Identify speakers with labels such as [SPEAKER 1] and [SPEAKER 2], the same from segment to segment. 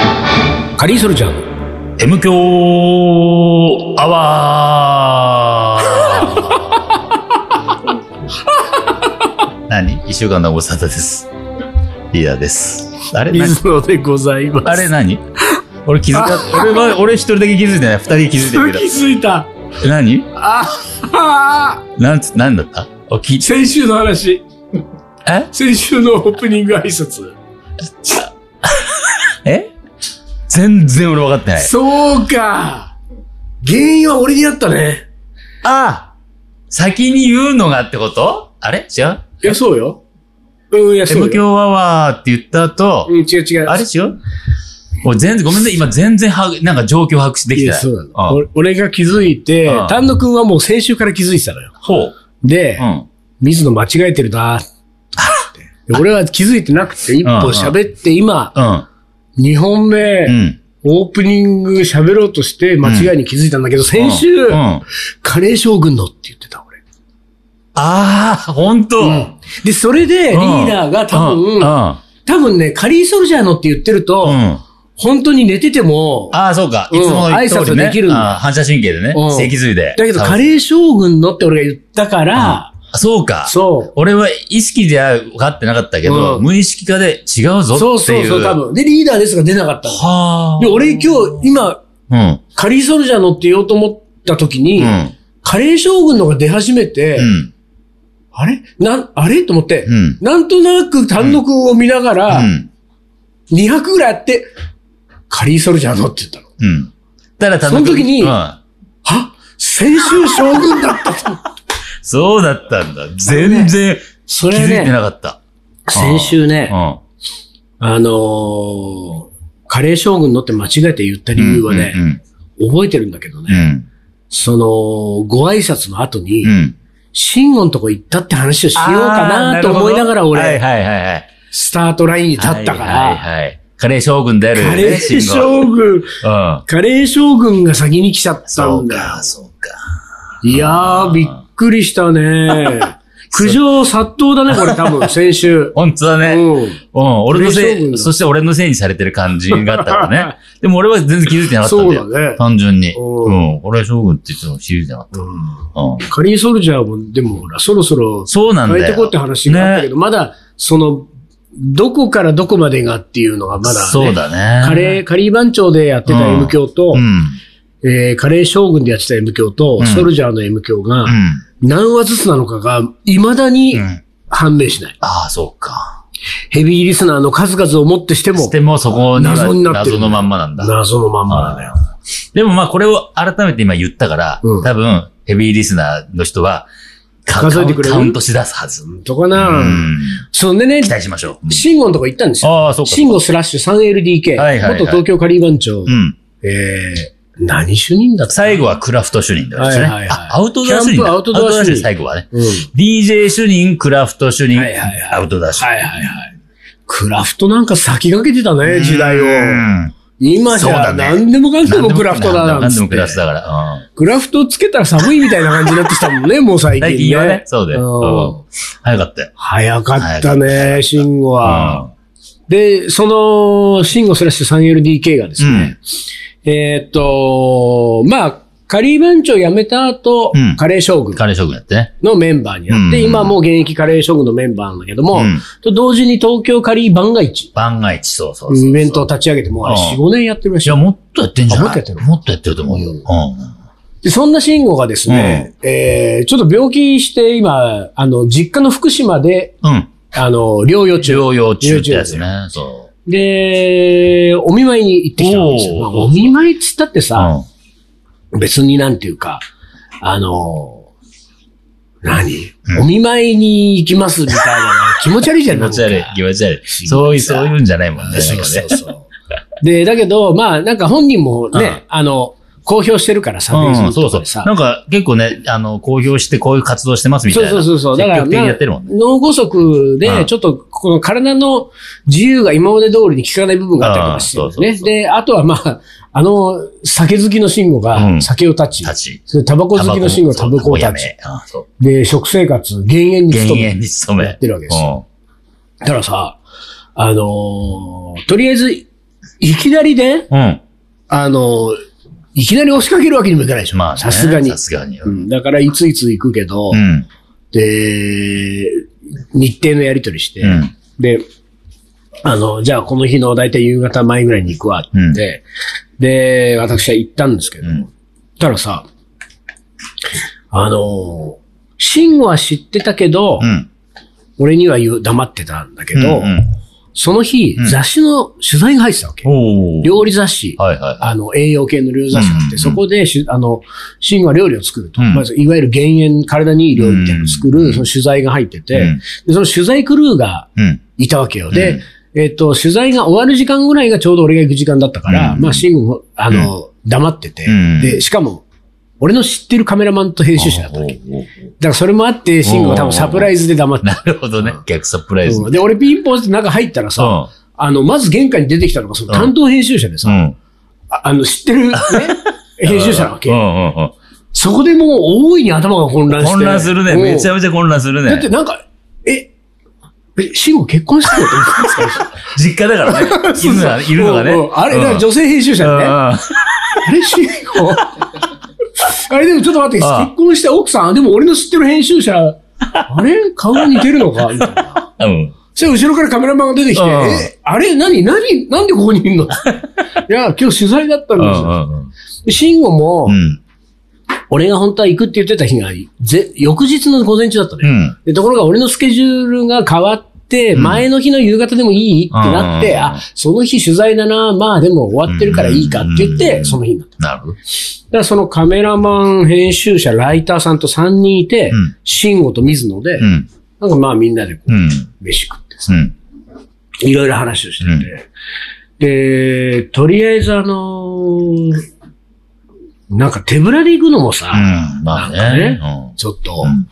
[SPEAKER 1] ハリー・ソルジャー
[SPEAKER 2] M 強アワー何一週間のご無沙汰です。リーダーです。あれ
[SPEAKER 1] の
[SPEAKER 2] 何
[SPEAKER 1] 水野でございます。
[SPEAKER 2] あれ何俺気づか、俺は、俺一人だけ気づいてない。二人気づいて
[SPEAKER 1] 気づ
[SPEAKER 2] る
[SPEAKER 1] いた。
[SPEAKER 2] けど。何
[SPEAKER 1] ああ
[SPEAKER 2] なんつ、なんだったおき、
[SPEAKER 1] 先週の話。
[SPEAKER 2] え
[SPEAKER 1] 先週のオープニング挨拶。
[SPEAKER 2] え全然俺分かってない。
[SPEAKER 1] そうか。原因は俺にあったね。
[SPEAKER 2] ああ先に言うのがってことあれ違う
[SPEAKER 1] いや、そうよ。うん、いや、そう
[SPEAKER 2] ?M
[SPEAKER 1] よ。
[SPEAKER 2] 強アワーって言った後
[SPEAKER 1] う、ん、違う違う。
[SPEAKER 2] あれ違う俺全然、ごめ んね、今全然は、なんか状況把握でき
[SPEAKER 1] い
[SPEAKER 2] て
[SPEAKER 1] や、
[SPEAKER 2] ない。
[SPEAKER 1] そうなの。
[SPEAKER 2] ああ
[SPEAKER 1] 俺俺が気づいて
[SPEAKER 2] ああ、
[SPEAKER 1] 丹野くんはもう先週から気づいてたのよ。
[SPEAKER 2] ほう。
[SPEAKER 1] で
[SPEAKER 2] う、ん。
[SPEAKER 1] 水野間違えてるなと思って。俺は気づいてなくて、一歩喋って、今、
[SPEAKER 2] うん。
[SPEAKER 1] 2本目
[SPEAKER 2] う、ん。
[SPEAKER 1] オープニング喋ろうとして、間違いに気づいたんだけど、先週
[SPEAKER 2] うん。、あ
[SPEAKER 1] カレー将軍のって言ってた、俺。
[SPEAKER 2] あー、ほんと。
[SPEAKER 1] で、それで、リーダーが多
[SPEAKER 2] うん。うん。
[SPEAKER 1] 分、多分ね、カリーソルジャーのって言ってると、
[SPEAKER 2] うん
[SPEAKER 1] 本当に寝てても、
[SPEAKER 2] ああ、そうか。いつも
[SPEAKER 1] うん
[SPEAKER 2] の通りね
[SPEAKER 1] 挨拶できるんだ
[SPEAKER 2] あー反射神経でね
[SPEAKER 1] うん。
[SPEAKER 2] 脊髄で。
[SPEAKER 1] だけど、カレー将軍のって俺が言ったから、
[SPEAKER 2] あそうか。
[SPEAKER 1] そう。
[SPEAKER 2] 俺は意識では分かってなかったけど、
[SPEAKER 1] うん
[SPEAKER 2] 無意識化で違うぞっていう。
[SPEAKER 1] そうそうそう、多分。で、リーダーですが出なかったの。
[SPEAKER 2] はあ。
[SPEAKER 1] で、俺今日、今、
[SPEAKER 2] うん。
[SPEAKER 1] カリーソルジャーのって言おうと思った時に、
[SPEAKER 2] うん。
[SPEAKER 1] カレー将軍のが出始めて、
[SPEAKER 2] うん。
[SPEAKER 1] あれなん、あれと思って、
[SPEAKER 2] うん
[SPEAKER 1] なんとなく単独を見ながら、
[SPEAKER 2] うん。
[SPEAKER 1] 200ぐらいあって、カリーソルジャーのって言ったの。
[SPEAKER 2] うん。ただ、
[SPEAKER 1] その時に
[SPEAKER 2] うん。
[SPEAKER 1] は先週将軍だったと
[SPEAKER 2] そうだったんだ。全然気
[SPEAKER 1] そ
[SPEAKER 2] づ
[SPEAKER 1] れ
[SPEAKER 2] い
[SPEAKER 1] ね、
[SPEAKER 2] てなかった。
[SPEAKER 1] 先週ね、
[SPEAKER 2] うん。
[SPEAKER 1] あのーカレー将軍のって間違えて言った理由はね、
[SPEAKER 2] うん
[SPEAKER 1] 覚えてるんだけどね、
[SPEAKER 2] うん。
[SPEAKER 1] その、ご挨拶の後に、
[SPEAKER 2] うん。
[SPEAKER 1] 慎吾のとこ行ったって話をしようかなと思いながら俺、
[SPEAKER 2] はいはいはいはい。
[SPEAKER 1] スタートラインに立ったから、
[SPEAKER 2] はいはいはい。カレー将軍であるよね。
[SPEAKER 1] カレー
[SPEAKER 2] 慎吾
[SPEAKER 1] 将軍、
[SPEAKER 2] うん。
[SPEAKER 1] カレー将軍が先に来ちゃった
[SPEAKER 2] そ
[SPEAKER 1] ん
[SPEAKER 2] う
[SPEAKER 1] だよ。
[SPEAKER 2] か、そうか。
[SPEAKER 1] いやー、びっくりした ね。苦情殺到だね、これ多分、先週。
[SPEAKER 2] 本当だね。うん。
[SPEAKER 1] う
[SPEAKER 2] 俺の
[SPEAKER 1] カレー将
[SPEAKER 2] せ
[SPEAKER 1] 軍
[SPEAKER 2] い、
[SPEAKER 1] だ
[SPEAKER 2] そして俺のせいにされてる感じがあったか らね。でも俺は全然気づいてなかったんだよ。
[SPEAKER 1] そうだね
[SPEAKER 2] 単純に。
[SPEAKER 1] う
[SPEAKER 2] うんん。俺は将軍って言っても知りてなかっ
[SPEAKER 1] ん。
[SPEAKER 2] た。うん。
[SPEAKER 1] カリーソルジャーも、でもほら、そろそろ
[SPEAKER 2] そうなん
[SPEAKER 1] 変
[SPEAKER 2] だ
[SPEAKER 1] え
[SPEAKER 2] よ。
[SPEAKER 1] てこうって話があったけど、まだ、その、どこからどこまでがっていうのがまだ、ね、
[SPEAKER 2] そうだね。
[SPEAKER 1] カレー、カリー番長でやってた
[SPEAKER 2] うん
[SPEAKER 1] M 教と、
[SPEAKER 2] うん。
[SPEAKER 1] えーカレー将軍でやってた M 教と、
[SPEAKER 2] うん
[SPEAKER 1] ソルジャーの M 教が、
[SPEAKER 2] うん。
[SPEAKER 1] 何話ずつなのかが、未だに
[SPEAKER 2] うん
[SPEAKER 1] 判明しない。
[SPEAKER 2] ああ、そうか。
[SPEAKER 1] ヘビーリスナーの数々をもってしても
[SPEAKER 2] し、てもそこには
[SPEAKER 1] 謎になってる
[SPEAKER 2] 謎のまんまなんだ。
[SPEAKER 1] 謎のまんまだよ。
[SPEAKER 2] でもまあこれを改めて今言ったから、
[SPEAKER 1] うん
[SPEAKER 2] 多分ヘビーリスナーの人はか
[SPEAKER 1] 数えてくれる
[SPEAKER 2] カウントしだすはず。
[SPEAKER 1] 本当か
[SPEAKER 2] う
[SPEAKER 1] な、
[SPEAKER 2] ん。
[SPEAKER 1] そんでね
[SPEAKER 2] 期、待しましょう。
[SPEAKER 1] 慎吾のとこ行ったんですよ。
[SPEAKER 2] ああ、そうか。
[SPEAKER 1] 慎吾スラッシュ 3LDK、
[SPEAKER 2] はいはいはい
[SPEAKER 1] 元東京カリー番長、
[SPEAKER 2] うん。
[SPEAKER 1] えー、何主任だった
[SPEAKER 2] 最後はクラフト主任だったね。
[SPEAKER 1] はいはいはい
[SPEAKER 2] あ、アウトドア
[SPEAKER 1] キャ
[SPEAKER 2] 主任
[SPEAKER 1] ンプ
[SPEAKER 2] だ。
[SPEAKER 1] アウトドア主任
[SPEAKER 2] 最後はね。
[SPEAKER 1] うん。はい
[SPEAKER 2] DJ 主任、クラフト主任、
[SPEAKER 1] はいはいはい
[SPEAKER 2] アウトドア主任。
[SPEAKER 1] はいはい。クラフトなんか先駆けてたね、時代
[SPEAKER 2] う
[SPEAKER 1] を。
[SPEAKER 2] ん。
[SPEAKER 1] 今じ
[SPEAKER 2] そう
[SPEAKER 1] ゃ
[SPEAKER 2] だね
[SPEAKER 1] 何でもかんでもクラフトだな
[SPEAKER 2] なんん
[SPEAKER 1] つ
[SPEAKER 2] で
[SPEAKER 1] っ
[SPEAKER 2] もク
[SPEAKER 1] て
[SPEAKER 2] ラ。フトだから。うん
[SPEAKER 1] クラフトつけたら寒いみたいな感じになってきたもん ね、もう最近ね。
[SPEAKER 2] 最近言わね。そうだ
[SPEAKER 1] うん
[SPEAKER 2] よ。うん早かったよ。
[SPEAKER 1] 早かったね、慎吾は。
[SPEAKER 2] うん
[SPEAKER 1] で、その、慎吾スラッシュ 3LDK がですね、えーっと、まあ、カリー番長辞めた後、
[SPEAKER 2] うん
[SPEAKER 1] カレー将軍
[SPEAKER 2] うん。カレー将軍やってね。
[SPEAKER 1] のメンバーになって、
[SPEAKER 2] うん
[SPEAKER 1] 今もう現役カレー将軍のメンバーなんだけども、
[SPEAKER 2] うん
[SPEAKER 1] と同時に東京カリー番外地、
[SPEAKER 2] 番外地、そうそうそうそう。
[SPEAKER 1] イベントを立ち上げて、もうあれ4、
[SPEAKER 2] うん
[SPEAKER 1] 5年やってるらし
[SPEAKER 2] い
[SPEAKER 1] い
[SPEAKER 2] や、。もっとやってんじゃない
[SPEAKER 1] あもっとやってる
[SPEAKER 2] もっとやってると思うよ。
[SPEAKER 1] う
[SPEAKER 2] うんん。
[SPEAKER 1] でそんな慎吾がですね、えーちょっと病気して今、あの、実家の福島で、
[SPEAKER 2] うん。
[SPEAKER 1] あの、療養中。
[SPEAKER 2] 療養中ってやつね。そ
[SPEAKER 1] で、お見舞いに行ってきたんですよ。
[SPEAKER 2] おー
[SPEAKER 1] まあお見舞いっつったって
[SPEAKER 2] う。
[SPEAKER 1] さ、別になんていうか、あのー、何、
[SPEAKER 2] うん
[SPEAKER 1] お見舞いに行きますみたいなの気持ち悪いじゃ
[SPEAKER 2] 気
[SPEAKER 1] ん。な
[SPEAKER 2] 持
[SPEAKER 1] んか
[SPEAKER 2] ち悪い、気持ち悪い。
[SPEAKER 1] 議
[SPEAKER 2] そういう、そういうんじゃないもんね。
[SPEAKER 1] そうそうそう。で、だけど、まあ、なんか本人もね、
[SPEAKER 2] うん
[SPEAKER 1] あの、公表してるからさ、
[SPEAKER 2] うん、
[SPEAKER 1] Facebook
[SPEAKER 2] そ
[SPEAKER 1] とか
[SPEAKER 2] うそう
[SPEAKER 1] でさ。。
[SPEAKER 2] なんか、結構ね、あの、公表してこういう活動してますみたい
[SPEAKER 1] そう
[SPEAKER 2] な。
[SPEAKER 1] そうそうそう。だ
[SPEAKER 2] 積
[SPEAKER 1] から、
[SPEAKER 2] 極的にやってる
[SPEAKER 1] な
[SPEAKER 2] もんね。
[SPEAKER 1] 脳梗塞
[SPEAKER 2] う
[SPEAKER 1] で、
[SPEAKER 2] ん
[SPEAKER 1] ちょっと、この体の自由が今まで通りに効かない部分があったりとかしてるんです
[SPEAKER 2] うん
[SPEAKER 1] ね。
[SPEAKER 2] そうそう
[SPEAKER 1] で、あとはまあ、あの、酒好きの慎吾
[SPEAKER 2] う
[SPEAKER 1] が、
[SPEAKER 2] ん
[SPEAKER 1] 酒を断ち、
[SPEAKER 2] 立ち。
[SPEAKER 1] それタバコ好きの慎吾はタバコを
[SPEAKER 2] や
[SPEAKER 1] 断
[SPEAKER 2] め
[SPEAKER 1] ち、。
[SPEAKER 2] あそう。
[SPEAKER 1] で、食生活、減塩に
[SPEAKER 2] 減
[SPEAKER 1] 努め
[SPEAKER 2] 塩に勤め。
[SPEAKER 1] やってるわけです
[SPEAKER 2] よ。
[SPEAKER 1] だからさ、あのーとりあえず、いきなりね、
[SPEAKER 2] うん。
[SPEAKER 1] あの、いきなり押しかけるわけにもいかないでしょ。
[SPEAKER 2] まあね
[SPEAKER 1] さすがに
[SPEAKER 2] さ。すがに。
[SPEAKER 1] う
[SPEAKER 2] うん。
[SPEAKER 1] ん。だから、いついつ行くけど、
[SPEAKER 2] うん。
[SPEAKER 1] で、日程のやり取りして、
[SPEAKER 2] うん
[SPEAKER 1] で、あの、じゃあこの日の大体夕方前ぐらいに行くわって、
[SPEAKER 2] うん
[SPEAKER 1] で、私は行ったんですけど、
[SPEAKER 2] うん
[SPEAKER 1] たらさ、あの、慎吾は知ってたけど、
[SPEAKER 2] うん。
[SPEAKER 1] 俺には言う、黙ってたんだけど、
[SPEAKER 2] うん
[SPEAKER 1] その日、
[SPEAKER 2] うん
[SPEAKER 1] 雑誌の取材が入ってたわけ。
[SPEAKER 2] おー
[SPEAKER 1] 料理雑誌。
[SPEAKER 2] はいは
[SPEAKER 1] あの、栄養系の料理雑誌があって、
[SPEAKER 2] うんうんうん
[SPEAKER 1] そこでし、あの、シンは料理を作ると。
[SPEAKER 2] うん
[SPEAKER 1] まず、いわゆる減塩、体にいい料理みたいなのを作る、その取材が入ってて、
[SPEAKER 2] うん
[SPEAKER 1] でその取材クルーが
[SPEAKER 2] い。うん。
[SPEAKER 1] いたわけよ。で、
[SPEAKER 2] うん
[SPEAKER 1] えっ、と、取材が終わる時間ぐらいがちょうど俺が行く時間だったから、
[SPEAKER 2] うん
[SPEAKER 1] まあ、シンも、あの、黙ってて、
[SPEAKER 2] うん
[SPEAKER 1] で、しかも、俺の知ってるカメラマンと編集者だったわけ。だ
[SPEAKER 2] おーおーおー
[SPEAKER 1] からそれもあって、シンは多分サプライズで黙って
[SPEAKER 2] なるほどね。逆サプライズ。
[SPEAKER 1] うんで、俺ピンポンって中入ったらさ、
[SPEAKER 2] うん
[SPEAKER 1] あの、まず玄関に出てきたのが、その担当編集者でさ、
[SPEAKER 2] うん。
[SPEAKER 1] ああの、知って る、ね、編集者なわ
[SPEAKER 2] うんう
[SPEAKER 1] け。
[SPEAKER 2] んうん。
[SPEAKER 1] そこでもう大いに頭が混乱して。
[SPEAKER 2] 混乱するね。めちゃ
[SPEAKER 1] ゃ
[SPEAKER 2] めちゃ混乱するね。
[SPEAKER 1] だってなんか、え、え、慎吾結婚してると思ったんです か
[SPEAKER 2] 実家だからね。 いるのがねいるのがね
[SPEAKER 1] うんう。んあれ、
[SPEAKER 2] うん
[SPEAKER 1] だから女性編集者ね。あ
[SPEAKER 2] うんうん
[SPEAKER 1] れ、慎吾。 あれ、でもちょっと待って、
[SPEAKER 2] ああ
[SPEAKER 1] 結婚した奥さん、でも俺の知ってる編集者、あれ顔が似てるのかみたいな。
[SPEAKER 2] うん。
[SPEAKER 1] そしたら後ろからカメラマンが出てきて、
[SPEAKER 2] うん
[SPEAKER 1] え、あれ何何なんでここにいるの いや、今日取材だったん
[SPEAKER 2] う
[SPEAKER 1] で
[SPEAKER 2] ん
[SPEAKER 1] す
[SPEAKER 2] う
[SPEAKER 1] よ。
[SPEAKER 2] んうん。
[SPEAKER 1] で慎吾も
[SPEAKER 2] う、ん。
[SPEAKER 1] 俺が本当は行くって言ってた日が、ぜ翌日の午前中だった
[SPEAKER 2] う
[SPEAKER 1] ね。
[SPEAKER 2] ん。
[SPEAKER 1] でところが俺のスケジュールが変わって、
[SPEAKER 2] うん
[SPEAKER 1] 前の日の夕方でもいいってなって、
[SPEAKER 2] うん
[SPEAKER 1] あ、その日取材だな、まあでも終わってるからいいかって言っ
[SPEAKER 2] う
[SPEAKER 1] て、
[SPEAKER 2] ん
[SPEAKER 1] その日になった。
[SPEAKER 2] なるほど。
[SPEAKER 1] だからそのカメラマン、編集者、ライターさんと3人いて
[SPEAKER 2] うん、
[SPEAKER 1] 慎吾と水野で
[SPEAKER 2] う、ん。
[SPEAKER 1] なんかまあみんなでこう
[SPEAKER 2] うん。
[SPEAKER 1] 飯食ってさ、
[SPEAKER 2] うん。
[SPEAKER 1] いろいろ話をしてて、で、とりあえずあのー、なんか手ぶらで行くのもさ、
[SPEAKER 2] うん。まあ
[SPEAKER 1] なん
[SPEAKER 2] ね。うん
[SPEAKER 1] ちょっと、
[SPEAKER 2] うん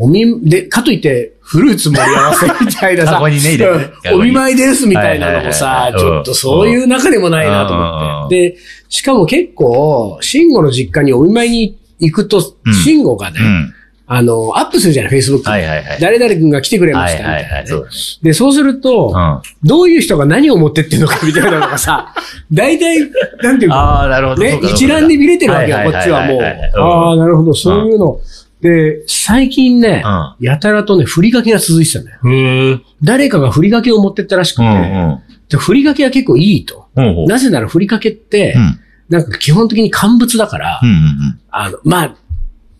[SPEAKER 1] おみ、で、かといって、フルーツ盛り合わせみたいなさ、
[SPEAKER 2] カゴにね入れてね
[SPEAKER 1] うんお見舞いですみたいなのも
[SPEAKER 2] は
[SPEAKER 1] さ
[SPEAKER 2] いはいはい、はい
[SPEAKER 1] ちょっとそういう中でもないなと思って。で、しかも結構、慎吾の実家にお見舞いに行くと
[SPEAKER 2] うん、
[SPEAKER 1] 慎吾がね、
[SPEAKER 2] うん。
[SPEAKER 1] あの、アップするじゃない、Facebook。
[SPEAKER 2] はいはいはい。
[SPEAKER 1] 誰々君が来てくれま
[SPEAKER 2] は
[SPEAKER 1] した
[SPEAKER 2] い
[SPEAKER 1] みた
[SPEAKER 2] はいい
[SPEAKER 1] な
[SPEAKER 2] は
[SPEAKER 1] ね、
[SPEAKER 2] い。そう
[SPEAKER 1] で、そうすると、
[SPEAKER 2] だね。
[SPEAKER 1] どういう人が何を持ってってんのかみたいなのがさ、大体、なんていう
[SPEAKER 2] うん。
[SPEAKER 1] か、
[SPEAKER 2] ああ、なるほど。そ
[SPEAKER 1] ね
[SPEAKER 2] うか、
[SPEAKER 1] 一覧で見れてるわけよ、
[SPEAKER 2] は
[SPEAKER 1] こ
[SPEAKER 2] いい
[SPEAKER 1] っ
[SPEAKER 2] い
[SPEAKER 1] ちはいもう。
[SPEAKER 2] い
[SPEAKER 1] ああ、なるほど、そういうの。で、最近ね、
[SPEAKER 2] う
[SPEAKER 1] やたらとね、ふりかけが続いてたんだよ。
[SPEAKER 2] うん。へえ。
[SPEAKER 1] 誰かがふりかけを持ってったらしくて、
[SPEAKER 2] うん
[SPEAKER 1] でふりかけは結構いいと。
[SPEAKER 2] うん。うんうん。
[SPEAKER 1] なぜならふりかけって、
[SPEAKER 2] うん。
[SPEAKER 1] なんか基本的に乾物だから、
[SPEAKER 2] うんうん
[SPEAKER 1] あの、まあ、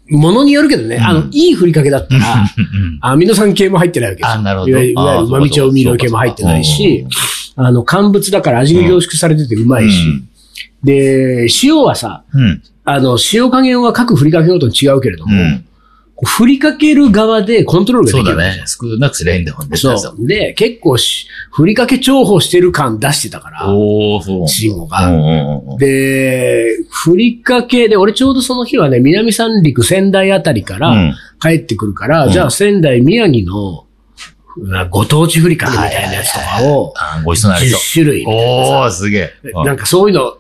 [SPEAKER 1] ものによるけどね、
[SPEAKER 2] うん
[SPEAKER 1] あの、いいふりかけだったら、
[SPEAKER 2] うん。うん。
[SPEAKER 1] アミノ酸系も入ってないわけですよ
[SPEAKER 2] あなるほど
[SPEAKER 1] いわゆるい
[SPEAKER 2] あー
[SPEAKER 1] わゆる
[SPEAKER 2] そうか
[SPEAKER 1] 旨味調味料系も入ってないし
[SPEAKER 2] そう、
[SPEAKER 1] あの、乾物だから味が凝縮されててうまいし、で、塩はさ、
[SPEAKER 2] うん。
[SPEAKER 1] あの、塩加減は各ふりかけごとに違うけれど
[SPEAKER 2] う
[SPEAKER 1] も、
[SPEAKER 2] ん。
[SPEAKER 1] こう振りかける側でコントロールが
[SPEAKER 2] そ
[SPEAKER 1] で
[SPEAKER 2] う
[SPEAKER 1] きる
[SPEAKER 2] だ
[SPEAKER 1] わけじ
[SPEAKER 2] ね。少なくすりゃいいんだもんね。
[SPEAKER 1] ゃん。そう。で、結構し、ふりかけ重宝してる感出してたから、
[SPEAKER 2] おおそう。
[SPEAKER 1] 慎吾
[SPEAKER 2] うん
[SPEAKER 1] が。
[SPEAKER 2] うんうん。
[SPEAKER 1] で、ふりかけで、俺ちょうどその日はね、南三陸仙台あたりか
[SPEAKER 2] うん
[SPEAKER 1] ら帰ってくるから、
[SPEAKER 2] うん
[SPEAKER 1] じゃあ仙台宮城の、なご当地ふりかけみたいなやつとかを、
[SPEAKER 2] あーごちそうになり
[SPEAKER 1] 10
[SPEAKER 2] そう。
[SPEAKER 1] 種類、
[SPEAKER 2] おおすげえ。うん
[SPEAKER 1] なんかそういうの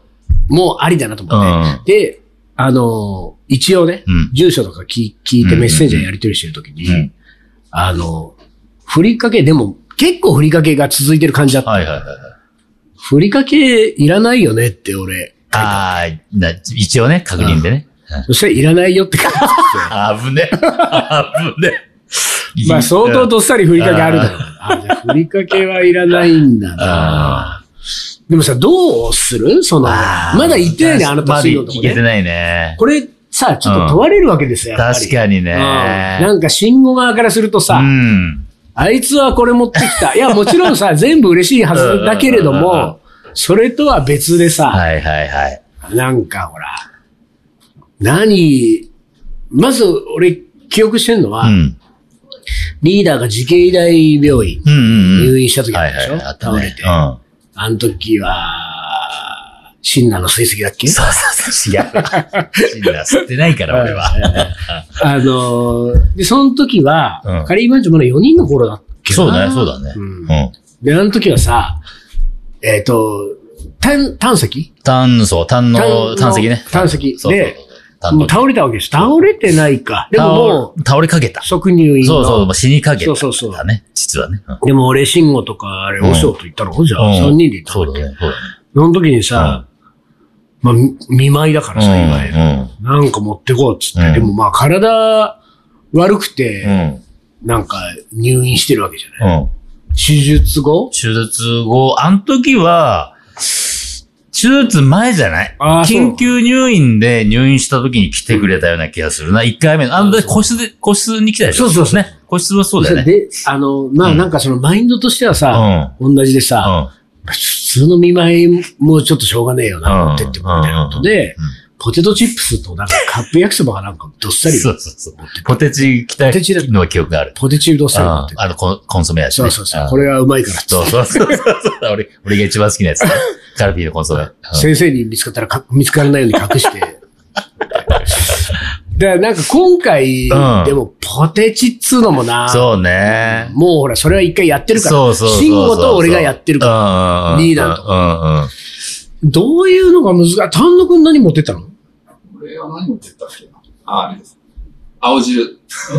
[SPEAKER 1] もありだなと思って。で、あのー一応ね、
[SPEAKER 2] うん
[SPEAKER 1] 住所とか聞い聞いてメッセンジャーやり取りしてるときに、
[SPEAKER 2] うん
[SPEAKER 1] あのーふりかけ、でも結構ふりかけが続いてる感じだった。
[SPEAKER 2] はいはいはいはい。
[SPEAKER 1] ふりかけいらないよねって俺、
[SPEAKER 2] ああ、な一応ね、確認でね。
[SPEAKER 1] そしたらいらないよって書いてあっ
[SPEAKER 2] あぶね。あぶね。
[SPEAKER 1] てまあ相当どっさりふりかけあるだろうな。あじゃあふりかけはいらないんだな。
[SPEAKER 2] あ
[SPEAKER 1] でもさ、どうするその、
[SPEAKER 2] あー
[SPEAKER 1] まだ行ってないね、あなた
[SPEAKER 2] まだ
[SPEAKER 1] 水曜と
[SPEAKER 2] い
[SPEAKER 1] か
[SPEAKER 2] けて
[SPEAKER 1] ね。
[SPEAKER 2] ないね。
[SPEAKER 1] これさ、ちょっと問われるわけですよ、やっぱり
[SPEAKER 2] 確かにね。
[SPEAKER 1] うんなんか信号側からするとさ、
[SPEAKER 2] うん。
[SPEAKER 1] あいつはこれ持ってきた。いや、もちろんさ、 全部嬉しいはずだけれど
[SPEAKER 2] うんうんうんうん
[SPEAKER 1] も、それとは別でさ、
[SPEAKER 2] はいはいはい。
[SPEAKER 1] なんかほら、何、まず俺記憶してんのは、
[SPEAKER 2] うん。
[SPEAKER 1] リーダーが慈恵医大病院
[SPEAKER 2] うんうんうん。
[SPEAKER 1] 入院した時あ
[SPEAKER 2] は
[SPEAKER 1] っ
[SPEAKER 2] い
[SPEAKER 1] たでしょ、
[SPEAKER 2] はいはい。あった
[SPEAKER 1] 倒れ
[SPEAKER 2] ね
[SPEAKER 1] て。。
[SPEAKER 2] うん。
[SPEAKER 1] あの時は、シンナの水石だっけ
[SPEAKER 2] そうそうそう、違う。シンナー吸ってないから、俺は。
[SPEAKER 1] あのーで、その時は、
[SPEAKER 2] うん
[SPEAKER 1] カリーマンチョまだ4人の頃だっけな
[SPEAKER 2] そうだね、そうだね。
[SPEAKER 1] う
[SPEAKER 2] うんん。
[SPEAKER 1] で、あの時はさ、えっ、と、胆、胆石
[SPEAKER 2] 炭素、炭の、炭石ね。
[SPEAKER 1] 胆石。
[SPEAKER 2] そうそう
[SPEAKER 1] で、
[SPEAKER 2] 炭
[SPEAKER 1] も
[SPEAKER 2] の
[SPEAKER 1] う。倒れたわけです。倒れてないか。でももう、
[SPEAKER 2] 倒れかけた。
[SPEAKER 1] 即入院の。
[SPEAKER 2] そうそう、もう死にかけた。
[SPEAKER 1] そうそうそう
[SPEAKER 2] だね、実はね。うん
[SPEAKER 1] でも俺、慎吾とか、あれ、
[SPEAKER 2] うん
[SPEAKER 1] おしょうと言ったのじゃあ、
[SPEAKER 2] うん
[SPEAKER 1] 3人で行った
[SPEAKER 2] そ
[SPEAKER 1] の
[SPEAKER 2] うだね、そうだね。
[SPEAKER 1] その時にさ、まあ、み見舞いだから
[SPEAKER 2] うん
[SPEAKER 1] さ、いわゆる。なんか持ってこうっつって。
[SPEAKER 2] うん
[SPEAKER 1] でもまあ、体悪く
[SPEAKER 2] うん。う
[SPEAKER 1] て、
[SPEAKER 2] ん。
[SPEAKER 1] なんか入院してるわけじゃない。
[SPEAKER 2] うん。
[SPEAKER 1] 手術後
[SPEAKER 2] 手術後、あの時は、手術前じゃない
[SPEAKER 1] あーそう
[SPEAKER 2] 緊急入院で入院した時に来てくれたような気がするな。一回目の。あの時、個室で、個室に来たでし
[SPEAKER 1] そ
[SPEAKER 2] ょ
[SPEAKER 1] うそうそう
[SPEAKER 2] ね。個室はそうだよね。
[SPEAKER 1] で、あの、ま
[SPEAKER 2] う
[SPEAKER 1] あ
[SPEAKER 2] ん
[SPEAKER 1] なんかそのマインドとしては
[SPEAKER 2] うん。う
[SPEAKER 1] さ、
[SPEAKER 2] ん。
[SPEAKER 1] 同じでさ、普通の見舞いもちょっとしょうがねえよ
[SPEAKER 2] うん
[SPEAKER 1] な、持ってってもみたいなことで
[SPEAKER 2] うんうん、
[SPEAKER 1] ポテトチップスとなんかカップ焼きそばがなんかどっさ
[SPEAKER 2] そう
[SPEAKER 1] り、
[SPEAKER 2] そうそう。ポテチ来たの記憶がある。
[SPEAKER 1] ポテチどっさり持
[SPEAKER 2] あ
[SPEAKER 1] ってって
[SPEAKER 2] あの、コンコンソメ味
[SPEAKER 1] そ
[SPEAKER 2] ね。
[SPEAKER 1] うそうそ
[SPEAKER 2] あ
[SPEAKER 1] う。
[SPEAKER 2] ー
[SPEAKER 1] これはうまいからっつって
[SPEAKER 2] そうそうそうそうそう。俺、俺が一番好きなやつ ね。カルビーのコンソメ。うん
[SPEAKER 1] 先生に見つかったらか見つからないように隠 して。だからなんか今回、
[SPEAKER 2] うん
[SPEAKER 1] でもポテチっつうのもな、
[SPEAKER 2] そうね。
[SPEAKER 1] もうほら、それは一回やってるから、
[SPEAKER 2] そうそうそうそう。
[SPEAKER 1] 慎吾と俺がやってるから、
[SPEAKER 2] から
[SPEAKER 1] リーダーと
[SPEAKER 2] うんうん。
[SPEAKER 1] どういうのが難しい。丹野くん何持ってったの
[SPEAKER 3] これは何持ってったっけなあ、あれです。青汁。